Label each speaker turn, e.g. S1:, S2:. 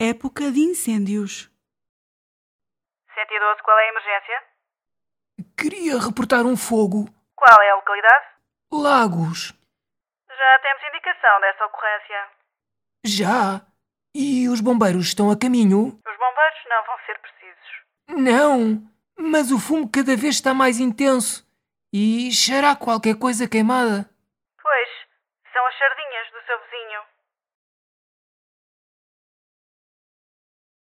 S1: Época de incêndios.
S2: 112, qual é a emergência?
S3: Queria reportar um fogo.
S2: Qual é a localidade?
S3: Lagos.
S2: Já temos indicação dessa ocorrência.
S3: Já. E os bombeiros estão a caminho?
S2: Os bombeiros não vão ser precisos.
S3: Não. Mas o fumo cada vez está mais intenso. E cheira a qualquer coisa queimada.